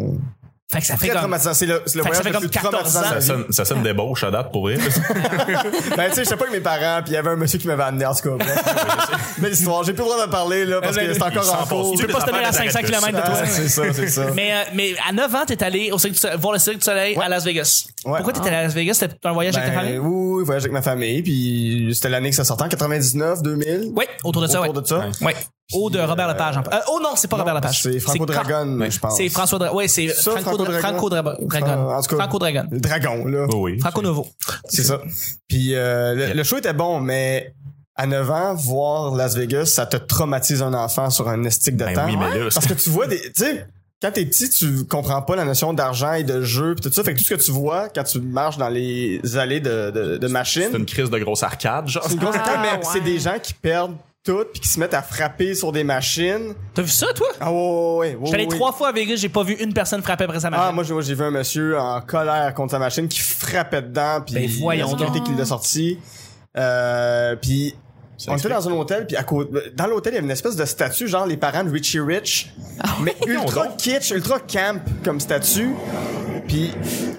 Speaker 1: Fait que ça fait
Speaker 3: Très
Speaker 1: comme...
Speaker 3: traumatisant. C'est le, c'est le
Speaker 1: Fait que ça
Speaker 3: voyage
Speaker 1: fait
Speaker 3: le plus
Speaker 1: comme 14
Speaker 3: traumatisant
Speaker 2: Ça
Speaker 3: de ma vie.
Speaker 2: sonne, ça sonne débauche à date pour rire.
Speaker 3: Ben, tu sais, j'étais pas avec mes parents, puis il y avait un monsieur qui m'avait amené, en tout cas. bref. Belle histoire. J'ai plus le droit d'en parler, là, parce que c'est
Speaker 2: Ils s'en
Speaker 3: encore en cours.
Speaker 2: passent-tu
Speaker 1: Tu peux pas se tenir à
Speaker 2: Les
Speaker 1: 500
Speaker 2: affaires
Speaker 1: km de
Speaker 3: Ah,
Speaker 1: toi.
Speaker 3: c'est ça, c'est ça.
Speaker 1: Mais, euh, mais à 9 ans, t'es allé au cirque du Soleil- voir le Cirque du Soleil à Las Vegas.
Speaker 3: Ouais.
Speaker 1: Pourquoi t'étais allé à Las Vegas? C'était un voyage avec ta
Speaker 3: Ben,
Speaker 1: famille?
Speaker 3: Oui, oui, voyage avec ma famille, puis c'était l'année que ça sortait, en 99, 2000.
Speaker 1: Oui, autour de ça,
Speaker 3: euh, autour
Speaker 1: ouais.
Speaker 3: de ça.
Speaker 1: Ouais. Oh, de Robert Lepage. en- Euh, oh non, c'est pas Robert Lepage.
Speaker 3: C'est Franco
Speaker 1: Car-
Speaker 3: Dragon, je pense.
Speaker 1: C'est François Dragon. Ouais, c'est
Speaker 3: Ça,
Speaker 1: Franco
Speaker 3: Franco
Speaker 1: Dra-
Speaker 3: Dragon.
Speaker 1: Franco Dra-
Speaker 3: Euh,
Speaker 1: Dragon.
Speaker 3: en tout cas-
Speaker 1: Franco Dragon.
Speaker 3: Le dragon, là.
Speaker 2: Oh oui.
Speaker 1: Franco Novo.
Speaker 3: C'est ça. Puis euh, le, le show était bon, mais à 9 ans, voir Las Vegas, ça te traumatise un enfant sur un estique de
Speaker 2: Ben
Speaker 3: temps.
Speaker 2: oui, mais là,
Speaker 3: Parce que tu vois des... Tu sais, quand t'es petit, tu comprends pas la notion d'argent et de jeu pis tout ça. Fait que tout ce que tu vois quand tu marches dans les allées de, de, de machines,
Speaker 2: c'est une crise de grosse arcade, genre.
Speaker 3: c'est une grosse
Speaker 4: Ah,
Speaker 3: attaque, mais
Speaker 4: ouais.
Speaker 3: c'est des gens qui perdent tout puis qui se mettent à frapper sur des machines.
Speaker 1: T'as vu ça, toi?
Speaker 3: Ah ouais, ouais, ouais, ouais.
Speaker 1: J'étais allé
Speaker 3: ouais.
Speaker 1: trois fois à Vegas, j'ai pas vu une personne frapper après sa machine.
Speaker 3: Ah, moi, j'ai- moi, j'ai vu un monsieur en colère contre sa machine qui frappait dedans, puis
Speaker 1: Ben, voyons
Speaker 3: la sécurité
Speaker 1: donc.
Speaker 3: qui l'a sorti. Euh, puis
Speaker 2: Ça
Speaker 3: on était
Speaker 2: explique.
Speaker 3: dans un hôtel, puis à côté, dans l'hôtel, il y avait une espèce de statue, genre les parents de Richie Rich,
Speaker 1: Ah,
Speaker 3: mais ultra kitsch, ultra camp comme statue. Puis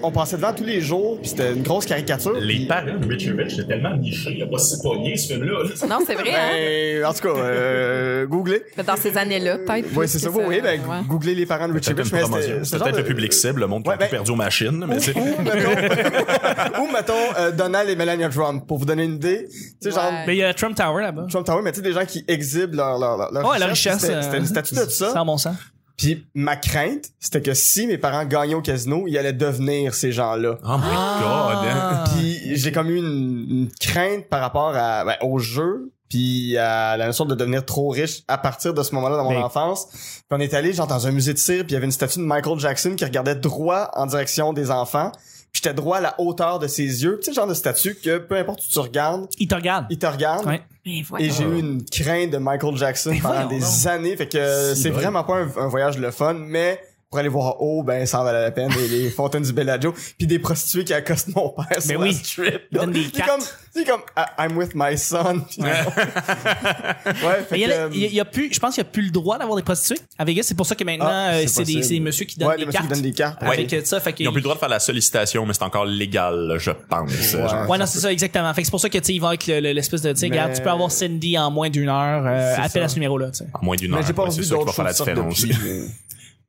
Speaker 3: on passait devant tous les jours, puis c'était une grosse caricature.
Speaker 2: Les
Speaker 3: puis-
Speaker 2: parents de Richie Rich, c'est tellement niché, il a pas si pogné ce film-là.
Speaker 4: Non, c'est vrai, hein?
Speaker 3: Ben, en tout cas, euh, googlez.
Speaker 4: Mais Dans ces années-là, peut-être.
Speaker 3: Oui, c'est ça. Oui, oui, ben,
Speaker 4: ouais.
Speaker 3: googlez les parents de Richie
Speaker 2: C'est peut-être
Speaker 3: Rich.
Speaker 2: une
Speaker 3: mais
Speaker 2: promotion.
Speaker 3: c'était-
Speaker 2: C'est
Speaker 3: ce
Speaker 2: peut-être
Speaker 3: genre
Speaker 2: le
Speaker 3: de-
Speaker 2: public cible, le monde qui
Speaker 3: Ouais,
Speaker 2: a tout
Speaker 3: ben- oh.
Speaker 2: perdu aux machines, mais c'est.
Speaker 3: ou mettons, ou, mettons euh, Donald et Melania Trump pour vous donner une idée tu sais genre
Speaker 4: Ouais.
Speaker 1: Mais il y a Trump Tower là-bas.
Speaker 3: Trump Tower mais tu sais des gens qui exhibent leur leur leur, leur
Speaker 1: Ouais, la richesse.
Speaker 3: Ah, C'était-
Speaker 1: euh,
Speaker 3: c'était une statue de ça
Speaker 1: Sans bon sens.
Speaker 3: puis ma crainte c'était que si mes parents gagnaient au casino ils allaient devenir ces gens là
Speaker 2: Oh my god, hein.
Speaker 1: Ah.
Speaker 3: puis j'ai comme eu une, une crainte par rapport à ben, au jeu puis à la notion de devenir trop riche à partir de ce moment-là dans mon
Speaker 1: Ben.
Speaker 3: enfance. Puis on est allé genre dans un musée de cire, puis il y avait une statue de Michael Jackson qui regardait droit en direction des enfants. Puis j'étais droit à la hauteur de ses yeux, tu sais le genre de statue que peu importe où tu regardes,
Speaker 1: Il te regarde.
Speaker 3: il te regarde.
Speaker 1: Ouais.
Speaker 4: Mais
Speaker 3: Et
Speaker 4: voilà.
Speaker 3: j'ai eu une crainte de Michael Jackson
Speaker 1: Ah. Mais
Speaker 3: pendant
Speaker 1: voyons
Speaker 3: des
Speaker 1: donc.
Speaker 3: années, fait que
Speaker 2: Si
Speaker 3: c'est
Speaker 2: bon.
Speaker 3: vraiment pas un, un voyage le fun, mais pour aller voir haut, ben ça en valait la peine, et les fontaines du Bellagio, puis des prostituées qui accostent mon père
Speaker 1: Mais
Speaker 3: sur
Speaker 1: oui.
Speaker 3: la strip.
Speaker 1: Il donne des
Speaker 3: C'est
Speaker 1: cartes.
Speaker 3: comme, c'est comme I- I'm with my son. Puis- ouais, fait
Speaker 1: Mais il y, a,
Speaker 3: que, euh,
Speaker 1: il y a- il y a plus, je pense qu'il y a plus le droit d'avoir des prostituées à Vegas. C'est pour ça que maintenant,
Speaker 3: Ah,
Speaker 1: euh,
Speaker 3: c'est
Speaker 1: c'est des,
Speaker 3: possible.
Speaker 1: c'est des messieurs qui donnent
Speaker 3: ouais,
Speaker 1: des
Speaker 3: les messieurs qui
Speaker 1: cartes.
Speaker 3: donnent des cartes.
Speaker 2: Ouais.
Speaker 1: Avec euh, ça, fait que-
Speaker 2: Ils ont plus le droit de faire la sollicitation, mais c'est encore légal, je pense.
Speaker 3: Ouais.
Speaker 2: Genre,
Speaker 1: Ouais, non, c'est ça, exactement. Fait que c'est pour ça que, tu sais, ils vont avec le- le- l'espèce de, tu sais,
Speaker 3: Mais-
Speaker 1: regarde, tu peux avoir Cindy en moins d'une heure, euh,
Speaker 3: C'est
Speaker 1: appelle
Speaker 3: ça.
Speaker 1: à ce numéro-là, tu sais.
Speaker 2: en moins d'une heure.
Speaker 3: Mais j'ai pas
Speaker 2: ouais, c'est
Speaker 3: revu
Speaker 2: ça qui
Speaker 3: d'autres
Speaker 2: va faire la
Speaker 3: choses de
Speaker 2: différence.
Speaker 3: sorte depuis.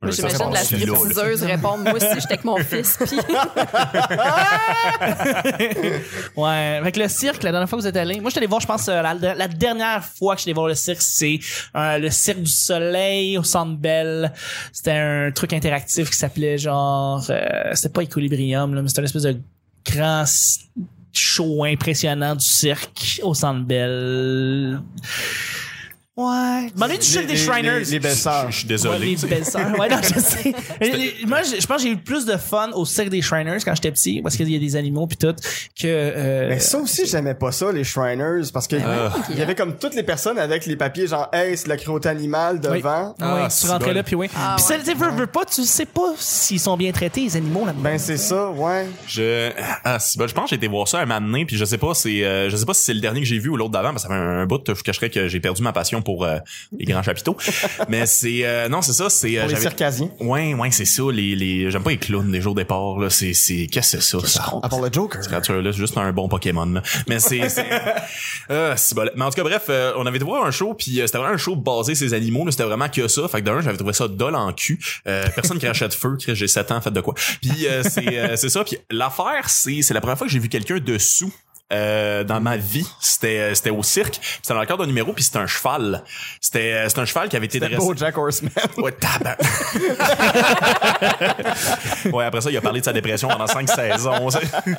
Speaker 2: Je sais pas
Speaker 4: J'imagine la
Speaker 2: si lourd.
Speaker 4: stripteaseuse répondre, moi aussi, j'étais avec mon fils, puis
Speaker 1: Ouais, avec le cirque, la dernière fois que vous êtes allé, moi je suis allé voir, je pense, euh, la, la dernière fois que je suis allé voir le cirque, c'est euh, le cirque du soleil au Centre Bell. C'était un truc interactif qui s'appelait genre, euh, c'était pas Equilibrium, là, mais c'était une espèce de grand s- show impressionnant du cirque au Centre Bell. Ouais. Demandez du cirque des
Speaker 3: les-
Speaker 1: Shriners.
Speaker 3: Les, les belles-sœurs.
Speaker 2: Je suis
Speaker 1: Ouais,
Speaker 2: désolé.
Speaker 1: les
Speaker 2: tu sais.
Speaker 1: belles-sœurs. Ouais, non, je sais. Mais les- Moi, je je pense que j'ai eu plus de fun au cirque des Shriners quand j'étais petit, parce qu'il y a des animaux puis tout, que... euh,
Speaker 3: Mais Ben, ça aussi, j'aimais pas ça, les Shriners, parce que
Speaker 2: Ah.
Speaker 3: il y avait comme toutes les personnes avec les papiers genre, hey, c'est de la cruauté animale devant.
Speaker 1: Ah,
Speaker 2: Ah,
Speaker 1: ouais, tu
Speaker 2: c'est
Speaker 1: rentrais
Speaker 2: bon.
Speaker 1: là, puis oui.
Speaker 4: Ah,
Speaker 1: puis ça,
Speaker 4: ouais.
Speaker 1: tu sais, veux, veux pas, tu sais pas s'ils sont bien traités, les animaux, là-dedans.
Speaker 3: Ben c'est ça, ouais.
Speaker 2: Je, ah, si, ben, je pense que j'ai été voir ça un moment donné, puis je sais pas, c'est, euh, je sais pas si c'est le dernier que j'ai vu ou l'autre d'avant, parce que ça fait un, un bout, je vous cacherais que j'ai perdu ma passion pour euh, les grands chapiteaux. Mais c'est, euh, non, c'est ça, c'est, euh,
Speaker 3: Pour les
Speaker 2: j'avais-
Speaker 3: circasiens.
Speaker 2: ouais, ouais, c'est ça, les, les, j'aime pas les clowns des jours départ, là, c'est, c'est, qu'est-ce que c'est ça, ça?
Speaker 3: À part le Joker.
Speaker 2: Cette créature-là, c'est juste un bon Pokémon. là. Mais c'est... c'est- Ah, c'est bon. Mais en tout cas, bref, euh, on avait été voir un show, puis euh, c'était vraiment un show basé sur les animaux. là. C'était vraiment que ça. Fait que d'un, j'avais trouvé ça dol en cul. Euh, personne qui rachète feu. Chris, J'ai 7 ans, faites de quoi. Puis euh, c'est euh, c'est ça. Puis l'affaire, c'est c'est la première fois que j'ai vu quelqu'un dessous. euh, dans ma vie. C'était euh, c'était au cirque. Puis C'était dans le cadre d'un numéro, puis c'était un cheval. C'était euh, c'était un cheval qui avait été dressé.
Speaker 3: Beau Jack Horseman.
Speaker 2: Ouais, tabac. ouais, après ça, il a parlé de sa dépression pendant cinq saisons.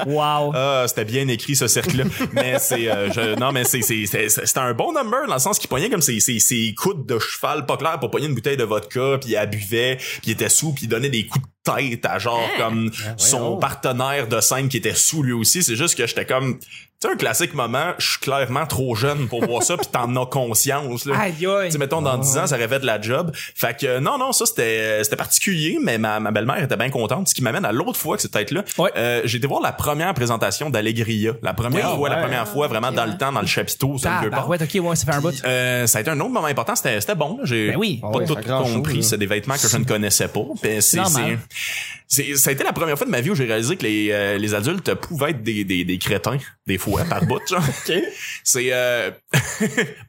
Speaker 1: Wow.
Speaker 2: Ah, c'était bien écrit ce cercle-là. mais c'est, euh, je- non, mais c'est, c'est, c'est- c'est- c'était un bon number dans le sens qu'il poignait comme ses, ses, ses coudes de cheval pas clair pour poigner une bouteille de vodka, puis il buvait, puis il était sous, puis il donnait des coups de tête à genre
Speaker 1: Hein?
Speaker 2: comme
Speaker 1: Ah,
Speaker 2: son partenaire de scène qui était sous lui aussi. C'est juste que j'étais comme, tu sais, un classique moment, je suis clairement trop jeune pour voir ça, puis t'en as conscience. Là.
Speaker 1: Aïe, aïe.
Speaker 2: Tu sais, mettons, dans 10 ans, ça rêvait de la job. Fait que, euh, non, non, ça, c'était, c'était particulier, mais ma, ma belle-mère était bien contente. Ce qui m'amène à l'autre fois que cette tête-là.
Speaker 1: Ouais.
Speaker 2: Euh, j'ai été voir la première présentation d'Allegria. La première
Speaker 1: Oui,
Speaker 2: fois, la
Speaker 3: ouais.
Speaker 2: première fois, vraiment dans le temps, dans le chapiteau, ça me veut pas.
Speaker 1: bah, ouais, ok, ouais, ça fait un bout.
Speaker 2: Euh, ça a été un autre moment important, c'était, c'était bon. là. J'ai
Speaker 1: Ben oui.
Speaker 2: pas
Speaker 3: Ah ouais,
Speaker 2: tout
Speaker 3: ça grand
Speaker 2: compris.
Speaker 3: chose, là.
Speaker 2: c'est des vêtements que je ne connaissais pas. Ben, c'est,
Speaker 1: normal.
Speaker 2: c'est- c'est- ça a été la première fois de ma vie où j'ai réalisé que les, euh, les adultes pouvaient être des, des, des crétins, des fois, par bout. Genre. C'est euh,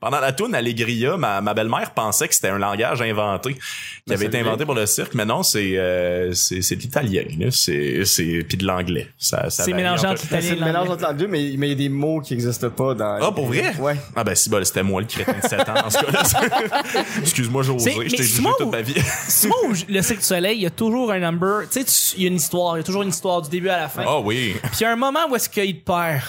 Speaker 2: pendant la tourne Allegria, ma, ma belle-mère pensait que c'était un langage inventé qui
Speaker 3: Ben,
Speaker 2: avait
Speaker 3: c'est
Speaker 2: été
Speaker 3: vrai.
Speaker 2: inventé pour le cirque, mais non, c'est euh, c'est c'est de l'italien, là. c'est c'est puis de l'anglais. Ça, ça
Speaker 1: C'est
Speaker 2: varie
Speaker 1: mélangé
Speaker 2: entre-
Speaker 1: entre l'italien
Speaker 3: C'est
Speaker 1: et
Speaker 3: le mélange
Speaker 1: l'anglais.
Speaker 3: entre les deux, mais mais il y a des mots qui n'existent pas dans.
Speaker 2: Ah, pour vrai?
Speaker 3: Ouais.
Speaker 2: Ah ben si, bon, c'était moi le crétin de 7 ans dans ce cas-là. Excuse-moi, José,
Speaker 1: C'est- mais
Speaker 2: je t'ai
Speaker 1: c'est
Speaker 2: jugé
Speaker 1: moi
Speaker 2: toute
Speaker 1: ou-
Speaker 2: ma vie.
Speaker 1: C'est moi où je- le Cirque du Soleil, il y a toujours un number, tu sais, tu- il y a une histoire, il y a toujours une histoire du début à la fin.
Speaker 2: Ah oui.
Speaker 1: Puis il y a un moment où est-ce qu'il te perd.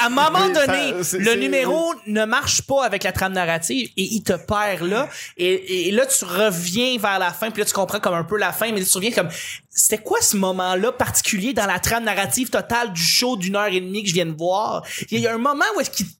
Speaker 1: À un moment
Speaker 3: Oui, ça-
Speaker 1: donné,
Speaker 3: c'est-
Speaker 1: le
Speaker 3: c'est-
Speaker 1: numéro ne marche pas avec la trame narrative et il te perd là. Et, et là, tu reviens vers la fin, puis là, tu comprends comme un peu la fin, mais tu te reviens comme, c'était quoi ce moment-là particulier dans la trame narrative totale du show d'une heure et demie que je viens de voir? Il y a un moment où est-ce qu'il te perd.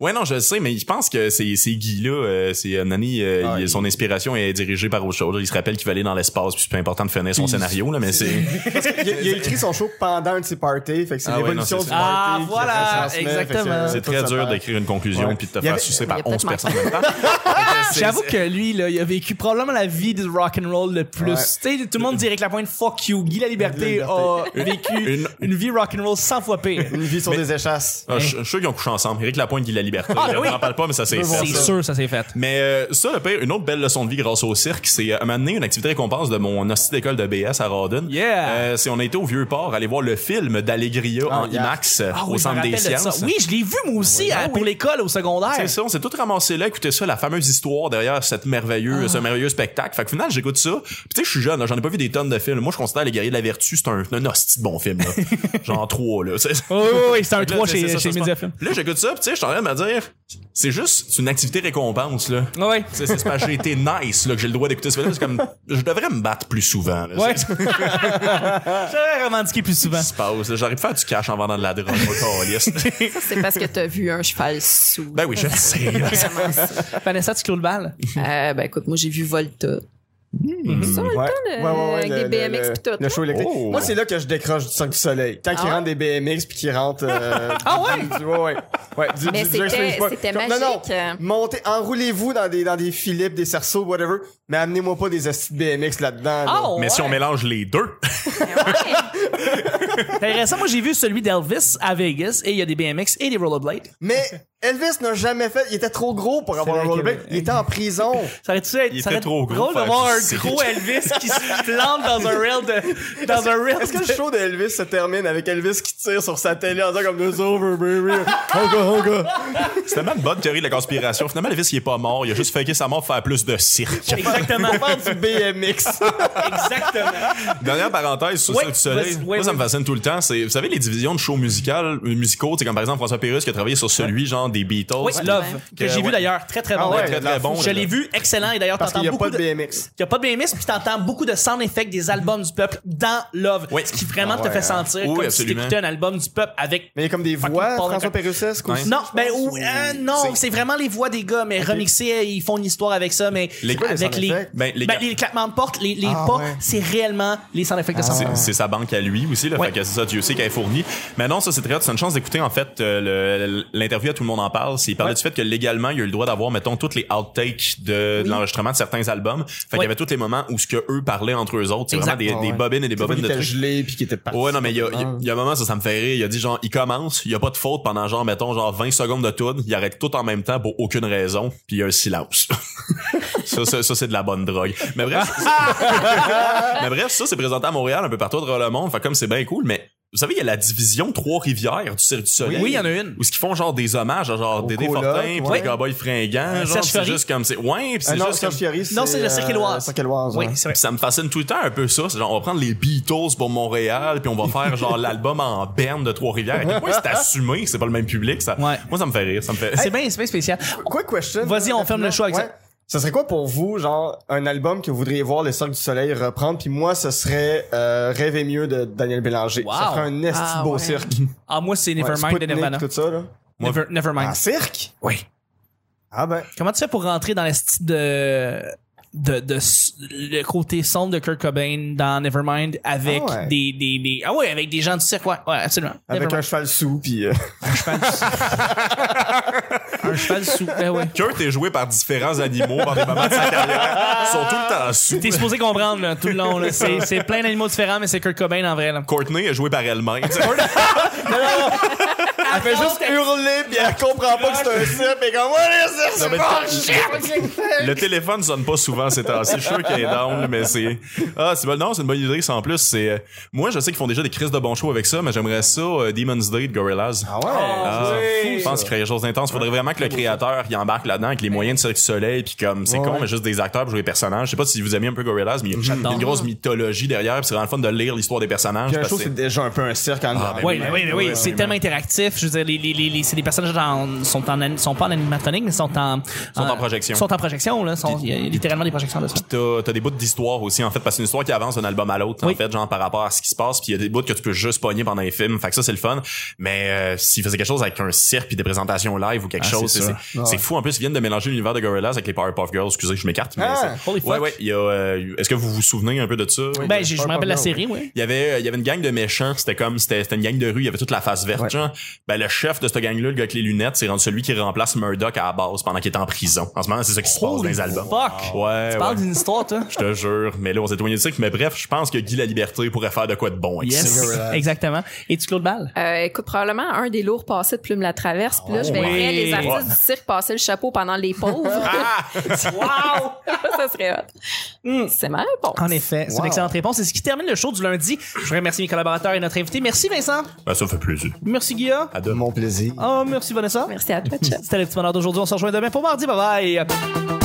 Speaker 2: Ouais, non, je le sais, mais je pense que c'est c'est Guy là, euh, c'est euh, Nani, euh,
Speaker 3: Ah,
Speaker 2: il-
Speaker 3: il-
Speaker 2: son inspiration est dirigée par autre chose. là. Il se rappelle qu'il va aller dans l'espace, puis c'est pas important de finir son scénario là, mais c'est
Speaker 3: Il, a- il a écrit son show pendant un de ses parties, fait que c'est
Speaker 2: Ah ouais,
Speaker 3: l'évolution
Speaker 2: non, c'est
Speaker 3: du
Speaker 2: ça.
Speaker 3: party.
Speaker 1: Ah,
Speaker 3: qui
Speaker 1: voilà,
Speaker 3: retransmet, fait que
Speaker 1: exactement.
Speaker 2: c'est
Speaker 3: tout
Speaker 2: très
Speaker 3: se
Speaker 2: dur
Speaker 3: perd.
Speaker 2: d'écrire une conclusion
Speaker 3: Ouais.
Speaker 2: puis de te
Speaker 3: Il y
Speaker 2: faire
Speaker 3: avait-
Speaker 2: sucer
Speaker 4: il y
Speaker 2: par
Speaker 4: a
Speaker 2: 11
Speaker 4: peut-être
Speaker 2: personnes en même temps. Fait que c'est-
Speaker 1: J'avoue que lui, là, il a vécu probablement la vie du rock and roll le plus.
Speaker 3: Ouais.
Speaker 1: Tu sais, tout le monde dit avec la pointe fuck you. Guy la liberté a
Speaker 3: Laliberté.
Speaker 1: vécu une,
Speaker 2: Une-
Speaker 1: vie rock and roll 100 fois pire.
Speaker 3: Une vie sur des échasses.
Speaker 2: Ah, je je suis sûr qu'ils ont couché ensemble. Éric Lapointe, Guy la liberté.
Speaker 1: Ah,
Speaker 2: je
Speaker 1: oui.
Speaker 2: n'en parle pas, mais ça c'est
Speaker 3: voir
Speaker 2: fait,
Speaker 3: ça.
Speaker 2: ça.
Speaker 1: sûr, ça s'est fait.
Speaker 2: Mais euh, ça, le pire, une autre belle leçon de vie grâce au cirque, c'est euh, à un moment donné, une activité récompense de mon hostie d'école de BS à Rawdon.
Speaker 1: Yeah.
Speaker 2: Euh, c'est on a été au Vieux-Port aller voir le film d'Allegria en
Speaker 3: yeah.
Speaker 2: IMAX euh,
Speaker 1: Ah oui,
Speaker 2: au
Speaker 1: je me
Speaker 2: Centre
Speaker 1: rappelle
Speaker 2: des
Speaker 1: de ça.
Speaker 2: Sciences. Ah
Speaker 1: Oui, je l'ai vu moi aussi à- pour l'école au secondaire.
Speaker 2: C'est ça, on s'est tout ramassé là, écoutez ça, la fameuse histoire derrière cette merveilleux,
Speaker 1: Ah.
Speaker 2: ce merveilleux spectacle. Fait que finalement, j'écoute ça. Puis tu sais, je suis jeune, là, j'en ai pas vu des tonnes de films. Moi, je considère Les Guerriers de la Vertu, c'est un, un hostie de bon film, là. Genre trois, là. C'est-
Speaker 1: Oh, oui, oui, c'est un
Speaker 2: Là,
Speaker 1: 3
Speaker 2: c'est-
Speaker 1: chez,
Speaker 2: c'est ça,
Speaker 1: chez
Speaker 2: ça se
Speaker 1: Mediafilm.
Speaker 2: passe. Là, j'écoute ça, pis tu sais, je suis en train de me dire, c'est juste c'est une activité récompense, là.
Speaker 1: Ouais.
Speaker 2: C'est c'est parce que j'ai été nice, là, que j'ai le droit d'écouter ce film-là. C'est comme, je devrais me battre plus souvent, là.
Speaker 1: Ouais.
Speaker 2: C'est ce
Speaker 1: J'aurais revendiqué plus souvent.
Speaker 2: qui se passe, là. J'aurais pu faire du cash en vendant de la drogue, moi, câlisse.
Speaker 4: Ça, c'est parce que t'as vu un cheval sous.
Speaker 2: Ben oui, je le sais, là.
Speaker 4: Vraiment ça.
Speaker 1: Vanessa, tu clôt le bal?
Speaker 4: Euh, ben écoute, moi j'ai vu Volta. C'est ça, Volta, le- avec
Speaker 3: le-
Speaker 4: des
Speaker 3: le-
Speaker 4: BMX pis tout.
Speaker 3: Le show électrique.
Speaker 2: Oh.
Speaker 3: Moi, c'est là que je décroche du Cirque du Soleil. Quand
Speaker 4: Ah
Speaker 3: ils
Speaker 4: ouais?
Speaker 3: rentrent des BMX puis qu'ils rentrent. euh,
Speaker 1: Ah ouais?
Speaker 3: du- du- ouais, ouais. Ouais, du,
Speaker 4: Mais
Speaker 3: du- du
Speaker 4: c'était-
Speaker 3: Jack Swingsport.
Speaker 4: c'était
Speaker 3: Comme-
Speaker 4: magique. euh.
Speaker 3: Non, non. Montez, enroulez-vous dans des, dans des Philips, des cerceaux, whatever. Mais amenez-moi pas des hosties de BMX là-dedans. là.
Speaker 4: Oh!
Speaker 1: Ah,
Speaker 2: Mais si on mélange les deux,
Speaker 1: Intéressant, moi j'ai vu celui d'Elvis à Vegas et il y a des BMX et des rollerblades.
Speaker 3: Mais Elvis n'a jamais fait. Il était trop gros pour avoir
Speaker 1: vrai
Speaker 3: un
Speaker 1: qu'il
Speaker 3: rollerblade.
Speaker 1: avait-
Speaker 3: Il était en prison.
Speaker 1: Ça aurait-tu ça
Speaker 2: Il
Speaker 1: ça aurait
Speaker 2: était trop gros
Speaker 1: drôle
Speaker 2: pour
Speaker 1: de voir
Speaker 2: faire
Speaker 1: un
Speaker 2: du cirque.
Speaker 1: gros Elvis qui se plante dans un rail de, dans un rail
Speaker 3: Est-ce que
Speaker 1: de-
Speaker 3: le show de Elvis se termine avec Elvis qui tire sur sa télé en disant comme nous over, baby? Honka, honka.
Speaker 2: c'est tellement une bonne théorie de la conspiration. Finalement, Elvis, il est pas mort. Il a juste faké sa mort pour faire plus de cirque.
Speaker 1: Exactement.
Speaker 3: Faire du BMX.
Speaker 1: Exactement.
Speaker 2: Dernière parenthèse sur
Speaker 1: Ouais,
Speaker 2: Cirque du Soleil.
Speaker 1: vas-y, ouais,
Speaker 2: Moi, ça
Speaker 1: ouais.
Speaker 2: me fascine tout le temps. C'est, vous savez, les divisions de shows musicales, euh, musicaux, c'est comme par exemple François Pérus qui a travaillé sur celui genre des Beatles.
Speaker 1: Oui, Love, que
Speaker 2: Que,
Speaker 1: j'ai vu
Speaker 2: ouais.
Speaker 1: d'ailleurs. Très, très bon.
Speaker 3: ouais,
Speaker 2: très,
Speaker 3: la
Speaker 2: très bon.
Speaker 1: Je l'ai
Speaker 2: là.
Speaker 1: vu, excellent. Et d'ailleurs,
Speaker 3: Parce
Speaker 1: t'entends
Speaker 3: qu'il n'y a
Speaker 1: beaucoup
Speaker 3: pas de BMX.
Speaker 1: Il n'y a pas de BMX, puis t'entends beaucoup de sound effects des albums du peuple dans Love.
Speaker 2: Oui.
Speaker 1: Ce qui vraiment
Speaker 3: Ah
Speaker 1: te
Speaker 3: ouais,
Speaker 1: fait
Speaker 3: hein.
Speaker 1: sentir
Speaker 2: Oui,
Speaker 1: comme
Speaker 2: absolument.
Speaker 1: si t'écoutais un album du peuple avec...
Speaker 3: Mais il y a comme des
Speaker 1: Fucking
Speaker 3: voix,
Speaker 1: Paul
Speaker 3: François
Speaker 1: McCartney.
Speaker 3: Pérussesque
Speaker 2: Ouais.
Speaker 3: aussi.
Speaker 1: Non,
Speaker 3: je
Speaker 1: ben,
Speaker 3: pense,
Speaker 1: ou-
Speaker 3: ou-
Speaker 1: euh, non, c'est vraiment les voix des gars, mais remixés, ils font une histoire avec ça, mais
Speaker 2: Les- quoi, les
Speaker 1: avec
Speaker 3: sound
Speaker 1: les,
Speaker 3: effects?
Speaker 2: Ben, les
Speaker 1: ben,
Speaker 2: gars-
Speaker 1: les claquements de porte, les, les
Speaker 3: Ah,
Speaker 1: pas,
Speaker 3: ouais. Ah.
Speaker 1: c'est réellement les sound effects de
Speaker 2: C'est,
Speaker 1: Sandman.
Speaker 2: c'est sa banque à lui aussi, là.
Speaker 1: Ouais.
Speaker 2: Fait que c'est ça, Dieu sait qu'elle est fournie. Mais non, ça, c'est très hot. C'est une chance d'écouter, en fait, euh, le- l'interview à Tout le monde en parle. C'est, il parlait du fait que légalement, il y a eu le droit d'avoir, mettons, toutes les outtakes de, de l'enregistrement de certains albums. Fait qu'il
Speaker 1: Ouais.
Speaker 2: y avait tous les moments où ce que eux parlaient entre eux autres. C'est
Speaker 1: Exact.
Speaker 2: vraiment des,
Speaker 3: Ah
Speaker 2: des
Speaker 3: ouais.
Speaker 2: bobines et des
Speaker 3: C'est pas
Speaker 2: bobines
Speaker 3: qu'il
Speaker 2: de
Speaker 3: était
Speaker 2: trucs.
Speaker 3: gelé puis qui était parti.
Speaker 2: Ouais, non, mais il y a, il y a- il y a un moment, ça, ça me fait rire. Il a dit, genre, il commence, il y a pas de faute pendant, genre, mettons, genre 20 secondes de tout, il arrête tout en même temps pour aucune raison, puis il y a un silence. ça, ça, ça, c'est de la bonne drogue. Mais bref, mais bref, ça, c'est présenté à Montréal, un peu partout dans le monde. Fait comme c'est bien cool, mais Vous savez, il y a la division Trois-Rivières du Cirque du Soleil.
Speaker 1: Oui, il y en a une.
Speaker 2: Où ce qu'ils font genre des hommages à genre
Speaker 3: Au
Speaker 2: Dédé
Speaker 3: coloc,
Speaker 2: Fortin, puis
Speaker 3: ouais.
Speaker 2: les cowboys fringants.
Speaker 1: Euh,
Speaker 2: genre,
Speaker 1: Serge
Speaker 2: c'est
Speaker 1: Fiori.
Speaker 2: juste comme c'est. Ouais, puis c'est
Speaker 3: Ah, non,
Speaker 2: juste comme.
Speaker 3: Serge Fiori,
Speaker 1: Non, c'est la
Speaker 3: euh,
Speaker 1: Cirque-Éloise.
Speaker 3: Cirque-Éloise,
Speaker 1: Oui,
Speaker 3: ouais.
Speaker 1: c'est vrai.
Speaker 2: Puis ça me fascine tout le temps un peu ça. C'est genre, on va prendre les Beatles pour Montréal, puis on va faire genre l'album en berne de Trois-Rivières. À quel point c'est assumé que c'est pas le même public. Ça,
Speaker 1: Ouais.
Speaker 2: Moi, ça me fait rire. Ça me fait...
Speaker 1: C'est bien, c'est bien spécial.
Speaker 3: Quick question.
Speaker 1: Vas-y, on
Speaker 3: rapidement.
Speaker 1: ferme le show avec
Speaker 3: Ouais.
Speaker 1: ça.
Speaker 3: Ça serait quoi pour vous, genre, un album que vous voudriez voir le Cirque du Soleil reprendre, puis moi, ce serait euh, Rêver mieux de Daniel Bélanger.
Speaker 1: Wow.
Speaker 3: Ça ferait un esti
Speaker 4: Ah,
Speaker 3: beau
Speaker 4: ouais.
Speaker 3: cirque.
Speaker 1: Ah, moi, c'est
Speaker 3: Ouais,
Speaker 1: Nevermind de
Speaker 3: Spoutnik,
Speaker 1: Nirvana.
Speaker 3: tout ça, là.
Speaker 1: Never, Nevermind.
Speaker 3: Un cirque?
Speaker 1: oui.
Speaker 3: Ah ben,
Speaker 1: Comment tu fais pour rentrer dans le style de, de, de s- le côté sombre de Kurt Cobain dans Nevermind avec
Speaker 3: Ah ouais.
Speaker 1: des, des, des- ah ouais, avec des gens du cirque, ouais, ouais, absolument.
Speaker 3: avec un cheval sous, puis... euh,
Speaker 1: un, cheval sous, ben ouais.
Speaker 2: Kurt est joué par différents animaux par des moments de sa carrière. Ils sont tout le temps sous.
Speaker 1: T'es supposé comprendre, là, tout le long, là. C'est, c'est plein d'animaux différents, mais c'est Kurt Cobain en vrai, là.
Speaker 2: Courtney est joué par elle-même.
Speaker 3: elle Ah, fait juste hurler, puis elle comprend pas que c'est un cirque, et comme, ouais, c'est
Speaker 2: Non, mais
Speaker 3: pas
Speaker 2: le-
Speaker 3: un cirque!
Speaker 2: Le téléphone sonne pas souvent ces temps-ci. Je suis sûr qu'il est down, mais c'est. Ah, c'est bon. Non, c'est une bonne idée. ça, En plus, c'est. euh, Moi, je sais qu'ils font déjà des crises de bon show avec ça, mais j'aimerais ça, euh, Demon's Day de Gorillaz.
Speaker 3: Ah ouais?
Speaker 2: Ah,
Speaker 3: oui.
Speaker 2: je pense qu'il crée des choses intenses. Faudrait vraiment que le créateur il embarque là-dedans avec les moyens de Cirque du Soleil puis comme c'est
Speaker 3: Ouais,
Speaker 2: con
Speaker 3: ouais.
Speaker 2: mais juste des acteurs pour jouer des personnages. Je sais pas si vous aimez un peu Gorillaz mais il y a une grosse mythologie derrière, puis c'est vraiment le fun de lire l'histoire des personnages.
Speaker 3: Puis un
Speaker 2: parce
Speaker 3: show,
Speaker 2: que
Speaker 3: c'est déjà un peu un cirque en
Speaker 2: Ah, ben
Speaker 1: Oui, oui, oui, oui, c'est tellement interactif. Je veux dire, les, les, les, les- c'est des personnages en- sont en, an- sont pas en animatronique, mais sont en, sont
Speaker 2: en projection.
Speaker 1: Sont en projection, là. Sont, il y a littéralement des projections de ça.
Speaker 2: t'as t'as des bouts d'histoire aussi en fait parce que c'est une histoire qui avance d'un album à l'autre
Speaker 1: Oui.
Speaker 2: en fait genre par rapport à ce qui se passe puis il y a des bouts que tu peux juste pogner pendant les films fait que ça c'est le fun mais euh, s'ils faisaient quelque chose avec un cirque puis des présentations live ou quelque
Speaker 1: Ah,
Speaker 2: chose
Speaker 1: c'est
Speaker 2: c'est
Speaker 1: sûr.
Speaker 2: c'est- c'est fou en plus ils viennent de mélanger l'univers de Gorillaz avec les Powerpuff Girls excusez je m'écarte mais
Speaker 3: Ah,
Speaker 2: c'est-
Speaker 1: holy
Speaker 2: ouais
Speaker 1: fuck.
Speaker 2: ouais il y a euh, est-ce que vous vous souvenez un peu de ça
Speaker 1: Ben, j'ai- je me rappelle la
Speaker 3: oui.
Speaker 1: série, oui.
Speaker 2: il y avait il y avait une gang de méchants c'était comme c'était c'était une gang de rue il y avait toute la face verte genre. ben le chef de cette gang là le gars avec les lunettes c'est rendu celui qui remplace Murdoch à la base pendant qu'il est en prison en ce moment c'est ça qui se passe dans les albums
Speaker 1: Fuck!
Speaker 2: ouais
Speaker 1: Tu
Speaker 2: Eh ouais.
Speaker 1: parles d'une histoire, toi?
Speaker 2: Je te jure, mais là, on s'est éloigné du cycle. Mais bref, je pense que Guy La Liberté pourrait faire de quoi de bon avec ça.
Speaker 1: Yes,
Speaker 3: Gorillaz.
Speaker 1: exactement. Et tu Claude Ball?
Speaker 4: Euh, écoute, probablement un des lourds passés de Plume la Traverse. Puis là, je
Speaker 1: Oh,
Speaker 4: verrais
Speaker 1: ouais. Ah!
Speaker 4: les artistes du cirque passer le chapeau pendant les pauvres. wow! ça serait hot. C'est ma réponse.
Speaker 1: Hmm. En effet, c'est une
Speaker 3: Wow.
Speaker 1: excellente réponse. C'est ce qui termine le show du lundi. Je remercie mes collaborateurs et notre invité. Merci Vincent.
Speaker 2: Ben, ça fait plaisir.
Speaker 1: Merci Guilla.
Speaker 2: À demain.
Speaker 3: Mon plaisir.
Speaker 1: Oh, merci Vanessa.
Speaker 4: Merci à toi, chef.
Speaker 1: C'était le petit bonheur d'aujourd'hui. On se rejoint demain pour mardi. Bye bye.